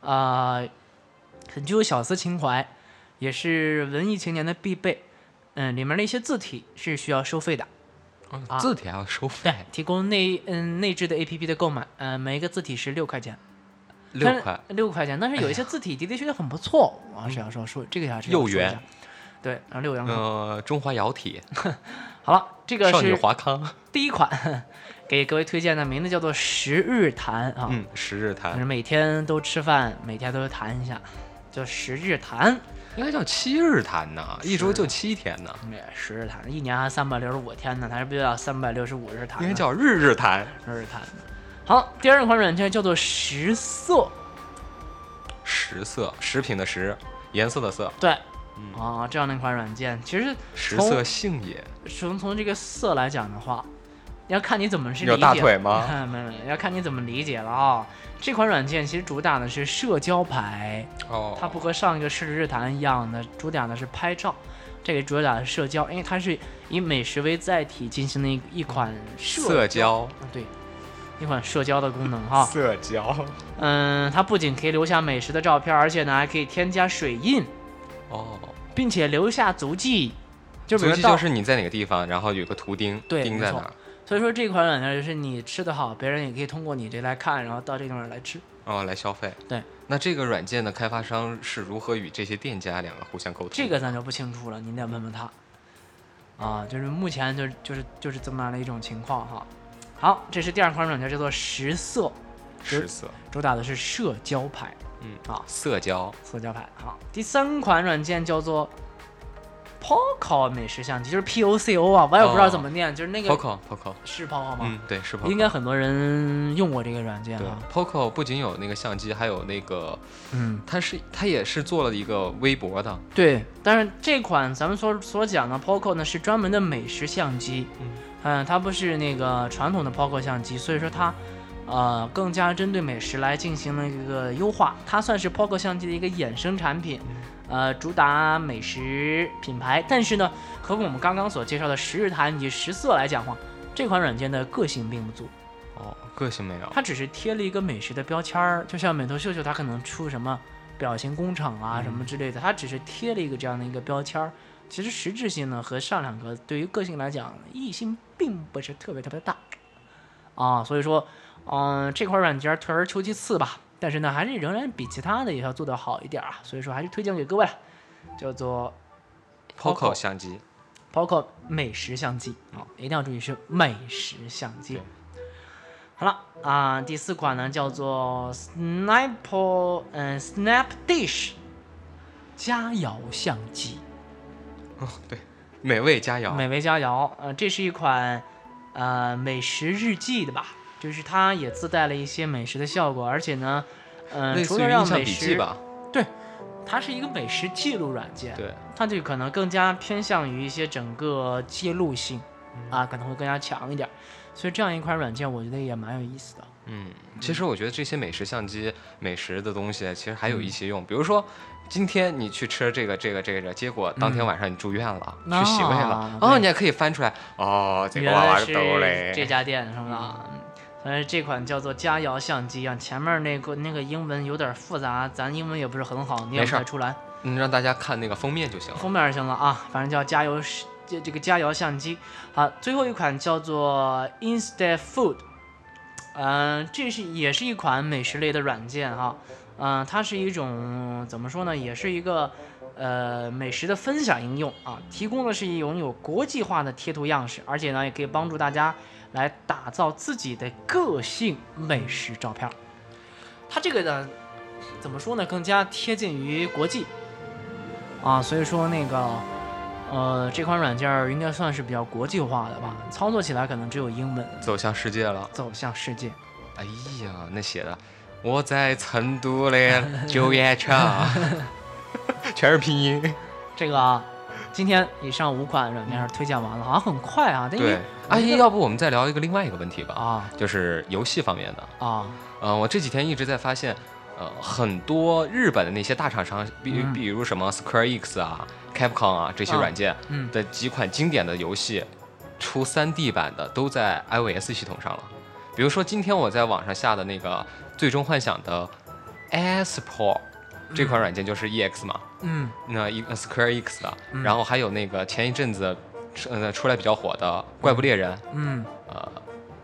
C: 啊、很具有小资情怀，也是文艺青年的必备。嗯，里面的一些字体是需要收费的，啊
E: 字体还要收费
C: 对，提供内嗯内置的 APP 的购买，呃，每一个字体是六块钱，但
E: 六
C: 是
E: 块，哎嗯
C: 六块钱，但是有一些字体的的确确很不错，啊，是要说说这个要是要
E: 右
C: 说一
E: 元
C: 下，对，然后六元，
E: 呃，中华窑体，
C: 好了，这个
E: 少女
C: 是
E: 华康，
C: 第一款，给各位推荐的名字叫做《十日谈》啊，
E: 嗯，十日
C: 就
E: 谈
C: 是每天都吃饭，每天都谈一下，叫十日谈，
E: 应该叫七日谈呢，一周就七天呢，
C: 嗯十日谈，一年还三百六十五天呢，它是不是叫三百六十五日谈呢？
E: 应该叫日日谈。
C: 十日谈。好，第二款软件叫做十色，
E: 食色，食品的食，颜色的色，
C: 对，啊、这样的一款软件，其实
E: 食
C: 从
E: 嗯色性也。
C: 从从这个色来讲的话，要看你怎么是
E: 有
C: 理
E: 大
C: 解
E: 腿吗？
C: 没有没有，要看你怎么理解了啊、这款软件其实主打的是社交牌，
E: 哦，
C: 它不和上一个是日谈一样的，主打的是拍照。这个主打的是社交，因为它是以美食为载体进行的一一款社
E: 色交，
C: 嗯对，一款社交的功能哈。
E: 色交，
C: 嗯，它不仅可以留下美食的照片，而且呢还可以添加水印，
E: 哦，
C: 并且留下足迹。就比
E: 足
C: 如
E: 迹
C: 到
E: 就是你在哪个地方，然后有个图钉，
C: 对
E: 钉
C: 没
E: 在
C: 错
E: 哪儿。
C: 所以说这款软件就是你吃的好，别人也可以通过你这来看，然后到这地方来吃。
E: 哦，来消费。
C: 对，
E: 那这个软件的开发商是如何与这些店家两个互相沟通？
C: 这个咱就不清楚了，您得问问他。啊，就是目前就是就是就是这么样的一种情况哈。好，这是第二款软件，叫做食色，
E: 是色，
C: 主打的是社交牌，
E: 嗯
C: 啊
E: 色交，
C: 社交牌。好，第三款软件叫做 Poco 美食相机，就是 P O C O 啊，我也不知道怎么念，就是那个
E: 哦
C: 啊
E: Poco Poco，
C: 是 Poco 吗？
E: 嗯，对，是 Poco。
C: 应该很多人用过这个软件
E: 对
C: 啊。
E: ，Poco 不仅有那个相机，还有那个，
C: 嗯，
E: 它是它也是做了一个微博的，
C: 对，但是这款咱们所所讲的 Poco 呢，是专门的美食相机，
E: 嗯
C: 嗯，它不是那个传统的 Poco 相机，所以说它，呃，更加针对美食来进行了一个优化，它算是 Poco 相机的一个衍生产品，呃，主打美食品牌，但是呢，和我们刚刚所介绍的十日谈以及十色来讲的话，这款软件的个性并不足，
E: 哦，个性没有，
C: 它只是贴了一个美食的标签儿，就像美图秀秀它可能出什么表情工厂啊什么之类的，它只是贴了一个这样的一个标签儿。其实实质性呢和上两个对于个性来讲异性并不是特别特别大啊，所以说，嗯、这块软件儿退而求其次吧，但是呢还是仍然比其他的也要做得好一点儿啊，所以说还是推荐给各位了，叫做
E: Poco
C: Poco
E: 相机，
C: 包括美食相机啊、一定要注意是美食相机
E: 对。
C: 好了啊、第四款呢叫做 Snapple，嗯、s n a p Dish 佳肴相机，
E: 美味佳肴，
C: 美味佳肴。呃，这是一款呃美食日记的吧，就是它也自带了一些美食的效果，而且呢，嗯、
E: 类
C: 除
E: 似于
C: 了
E: 印
C: 让
E: 象
C: 美
E: 笔记
C: 食，嗯
E: 吧，
C: 它是一个美食记录软件，
E: 对，
C: 它就可能更加偏向于一些整个记录性
E: 嗯
C: 啊，可能会更加强一点儿。所以这样一款软件，我觉得也蛮有意思的。
E: 嗯，其实我觉得这些美食相机、美食的东西，其实还有一些
C: 嗯
E: 用。比如说，今天你去吃这个、这个、这个，这个结果当天晚上你住院了，
C: 啊
E: 去洗胃了，
C: 对
E: 哦，你还可以翻出来，哦，这个
C: 原
E: 娃
C: 来
E: 娃
C: 是
E: 兜嘞，
C: 这家店是吧？嗯但是这款叫做佳肴相机啊，前面那个那个英文有点复杂，咱英文也不是很好，你也
E: 没事儿
C: 看出来。
E: 嗯，让大家看那个封面就行了。
C: 封面儿行了啊，反正叫佳肴是这这个佳肴相机。好，最后一款叫做 Insta Food，嗯、这是也是一款美食类的软件哈，嗯、它是一种怎么说呢，也是一个呃美食的分享应用啊，提供的是拥有国际化的贴图样式，而且呢也可以帮助大家来打造自己的个性美食照片儿。它这个呢，怎么说呢，更加贴近于国际啊，所以说那个呃，这款软件儿应该算是比较国际化的吧，操作起来可能只有英文，
E: 走向世界了。
C: 走向世界。
E: 哎呀，那写的我在成都的九眼桥，全是拼音。
C: 这个啊，今天以上五款软件儿推荐完了，好像很快啊，但因为
E: 对，哎阿姨，要不我们再聊一个另外一个问题吧，
C: 啊
E: 就是游戏方面的。
C: 啊，
E: 嗯，我这几天一直在发现，呃，很多日本的那些大厂商，比
C: 嗯
E: 比如什么 Square Enix 啊、Capcom 啊这些
C: 啊
E: 软件
C: 嗯
E: 的几款经典的游戏，出 3D 版的都在 iOS 系统上了。比如说今天我在网上下的那个《最终幻想》的 s p o r 这款软件就是 EX 嘛，
C: 嗯
E: 那一个 Square Enix 的，
C: 嗯
E: 然后还有那个前一阵子呃出来比较火的《怪物猎人》
C: 嗯
E: 呃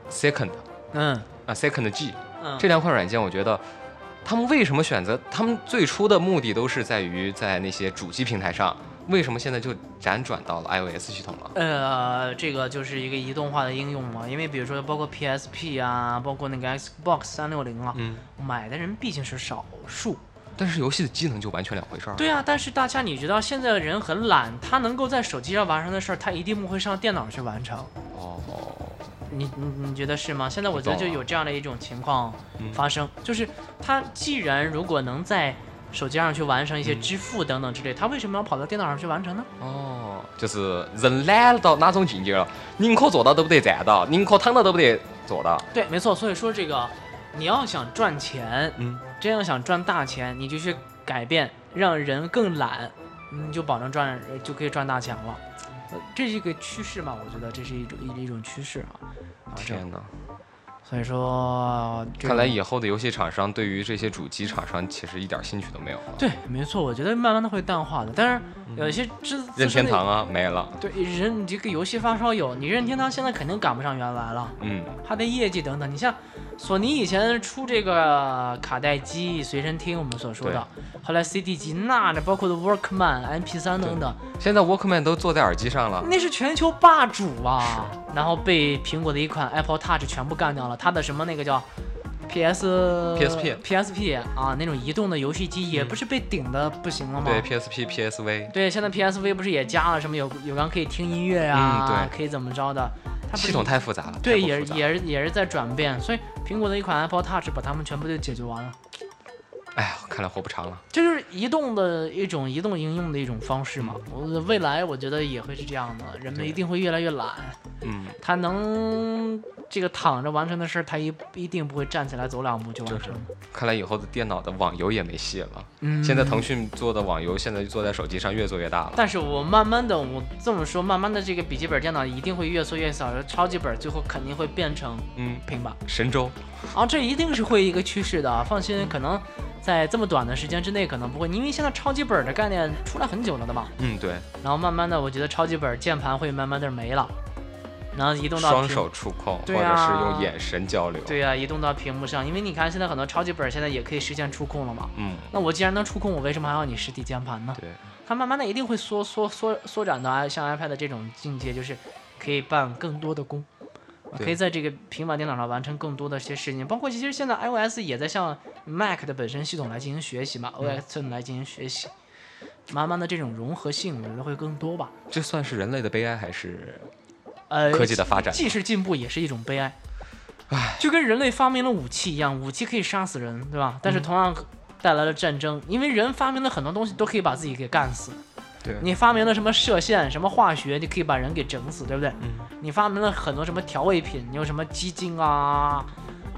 E: Second
C: 嗯
E: 啊 Second G
C: 嗯，
E: 这两款软件，我觉得他们为什么选择？他们最初的目的都是在于在那些主机平台上，为什么现在就辗转到了 iOS 系统了？
C: 呃，这个就是一个移动化的应用嘛，因为比如说包括 PSP 啊，包括那个 Xbox 三六零啊，
E: 嗯，
C: 买的人毕竟是少数。
E: 但是游戏的机能就完全两回事儿。，
C: 对啊，但是大家你知道现在的人很懒，他能够在手机上完成的事儿，他一定不会上电脑去完成。
E: 哦，
C: 你你你觉得是吗？现在我
E: 我
C: 觉
E: 懂
C: 得就
E: 了
C: 有这样的一种情况
E: 嗯
C: 发生，就是他既然如果能在手机上去完成一
E: 嗯
C: 些支付等等之类，他为什么要跑到电脑上去完成呢？
E: 哦，就是人懒到哪种境界了？宁可坐到都不得站到，宁可躺到都不得坐到。
C: 对，没错。所以说这个，你要想赚钱，
E: 嗯，
C: 真要想赚大钱，你就去改变，让人更懒，你就保证赚呃就可以赚大钱了。呃这是一个趋势嘛？我觉得这是一种一一种趋势啊。啊，这
E: 天哪！
C: 所以说，这
E: 看
C: 个
E: 来以后的游戏厂商对于这些主机厂商其实一点兴趣都没有了。
C: 对，没错，我觉得慢慢的会淡化的。但是有一些资
E: 嗯
C: 资
E: 任
C: 深
E: 天堂
C: 的，
E: 啊，没了。
C: 对人你这个游戏发烧友，你任天堂现在肯定赶不上原来了。
E: 嗯，
C: 它的业绩等等。你像索尼以前出这个卡带机、随身听，我们所说的，后来 CD 机，那那包括的 Workman、MP3 等等，
E: 现在 Walkman 都坐在耳机上了。
C: 那是全球霸主啊。然后被苹果的一款 Apple Touch 全部干掉了，它的什么那个叫 PS
E: PSP
C: PSP 啊那种移动的游戏机
E: 嗯
C: 也不是被顶的不行了吗？
E: 对 PSP、PSV。
C: 对现在 PSV 不是也加了什么有有刚可以听音乐呀、啊
E: 嗯对
C: 可以怎么着的？它不是
E: 系统太复杂了，
C: 对，
E: 太过
C: 也
E: 复
C: 是
E: 杂
C: 也是也是在转变，所以苹果的一款 Apple Touch 把它们全部都解决完了，
E: 哎呀，看来活不长了。
C: 这就是移动的一种移动应用的一种方式嘛。我未来我觉得也会是这样的，人们
E: 嗯对
C: 一定会越来越懒，
E: 嗯，
C: 他能这个躺着完成的事儿，他一一定不会站起来走两步就完成。
E: 看来以后的电脑的网游也没戏了。
C: 嗯，
E: 现在腾讯做的网游，现在就做在手机上，越做越大了。
C: 但是我慢慢的，我这么说，慢慢的这个笔记本电脑一定会越缩越小，超级本最后肯定会变成
E: 嗯，
C: 平板。
E: 神州，
C: 啊，这一定是会一个趋势的啊，放心，可能在这么短的时间之内可能不会，因为现在超级本儿的概念出来很久了的嘛，
E: 嗯，对，
C: 然后慢慢的，我觉得超级本儿键盘会慢慢的没了，然后移动到
E: 双
C: 屏
E: 手触控，或
C: 对
E: 者是
C: 啊
E: 用眼神交流。
C: 对呀、移动到屏幕上，因为你看现在很多超级本儿现在也可以实现触控了嘛，
E: 嗯，
C: 那我既然能触控，我为什么还要你实体键盘呢？
E: 对，
C: 它慢慢的一定会缩缩缩缩展到 i- 像 iPad 这种境界，就是可以办更多的工，
E: 对
C: 可以在这个平板电脑上完成更多的一些事情。包括其实现在 iOS 也在向 Mac 的本身系统来进行学习嘛、o
E: 嗯
C: s 来进行学习。慢慢的这种融合性，我觉得会更多吧。
E: 这算是人类的悲哀还是？
C: 呃，
E: 科技的发展
C: 既是进步，也是一种悲哀。就跟人类发明了武器一样，武器可以杀死人，对吧？
E: 嗯
C: 但是同样带来了战争，因为人发明了很多东西都可以把自己给干死。
E: 对
C: 你发明了什么射线、什么化学，你可以把人给整死，对不对？
E: 嗯
C: 你发明了很多什么调味品，你有什么鸡精啊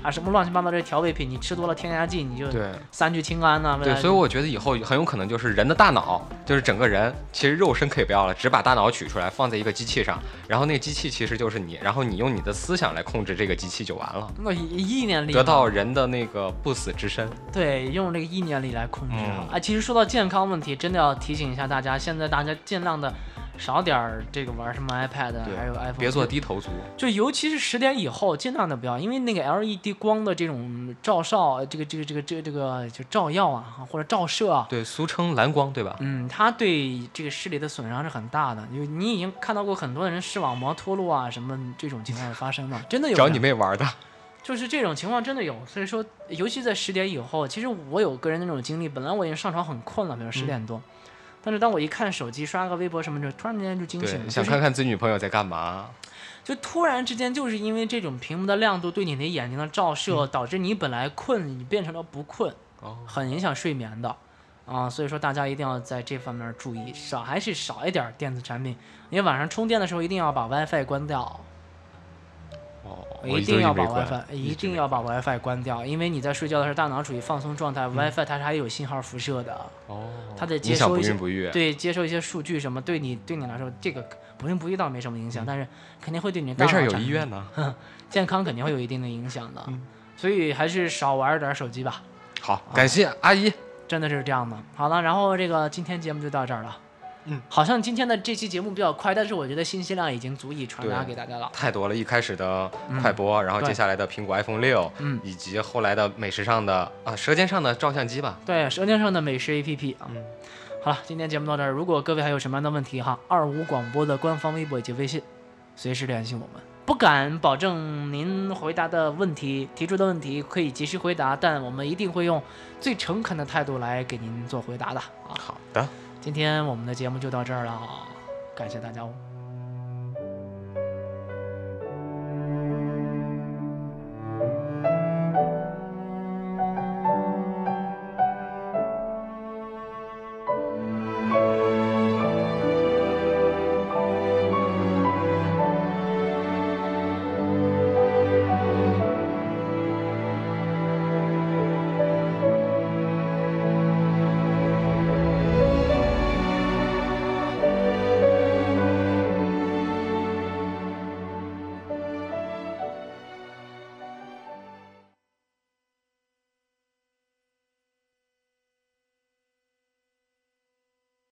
C: 啊什么乱七八糟这些调味品，你吃多了添加剂你就
E: 对
C: 三聚氰胺呐、未
E: 对，
C: 来
E: 所以我觉得以后很有可能就是人的大脑，就是整个人，其实肉身可以不要了，只把大脑取出来放在一个机器上，然后那个机器其实就是你，然后你用你的思想来控制这个机器就完了，
C: 那意念力嘛
E: 得到人的那个不死之身。
C: 对，用这个意念力来控制哈
E: 嗯。
C: 哎、其实说到健康问题，真的要提醒一下大家，现在大家尽量的少点儿这个玩什么 iPad 啊
E: 对
C: 还有 iPhone，
E: 别做低头族。
C: 就尤其是十点以后，尽量的不要，因为那个 LED 光的这种照照，这个这个这个这个这个就照耀啊，或者照射啊。
E: 对，俗称蓝光，对吧？
C: 嗯，它对这个视力的损伤是很大的。就你已经看到过很多人视网膜脱落啊，什么这种情况发生了，真的有
E: 找
C: 的
E: 你妹玩的，
C: 就是这种情况真的有，所以说，尤其在十点以后，其实我有个人那种经历，本来我已经上床很困了，比如
E: 嗯
C: 十点多，但是当我一看手机、刷个微博什么的，突然之间就惊醒了，
E: 对，
C: 就
E: 想
C: 是
E: 看看自己女朋友在干嘛，
C: 就突然之间，就是因为这种屏幕的亮度对你的眼睛的照射，导致你本来困，你变成了不困，
E: 嗯哦
C: 很影响睡眠的。啊，所以说大家一定要在这方面注意，少还是少一点儿电子产品。因为晚上充电的时候一定要把 WiFi 关掉，
E: 哦，我
C: 一定要把
E: 直没关
C: WiFi
E: 一
C: 一
E: 直
C: 定
E: 没
C: 要把 WiFi 关掉，因为你在睡觉的时候大脑处于放松状态、w i f i 它是还有信号辐射的，
E: 哦，
C: 它得接
E: 影响
C: 收
E: 不
C: 一些
E: 孕不育，啊
C: 对接收一些数据什么，对你对你来说这个不孕不育倒没什么影响，但是肯定会对你的大
E: 嗯没
C: 脑
E: 事儿有
C: 产
E: 医
C: 生
E: 院嗯呢。
C: 健康肯定会有一定的影响的， 所以还是少玩点手机吧，
E: 好，
C: 啊
E: 感谢阿姨。
C: 真的是这样的。好了，然后这个今天节目就到这儿了。
E: 嗯，
C: 好像今天的这期节目比较快，但是我觉得信息量已经足以传达
E: 对
C: 给大家了。
E: 太多了，一开始的快播，然后
C: 嗯对
E: 接下来的苹果 iPhone 六，
C: 嗯
E: 以及后来的美食上的啊，舌尖上的照相机吧，
C: 对，舌尖上的美食 APP 啊。好了，今天节目到这儿。如果各位还有什么样的问题哈，二五广播的官方微博以及微信，随时联系我们。不敢保证您回答的问题、提出的问题可以及时回答，但我们一定会用最诚恳的态度来给您做回答的啊。
E: 好的，
C: 今天我们的节目就到这儿了，感谢大家哦。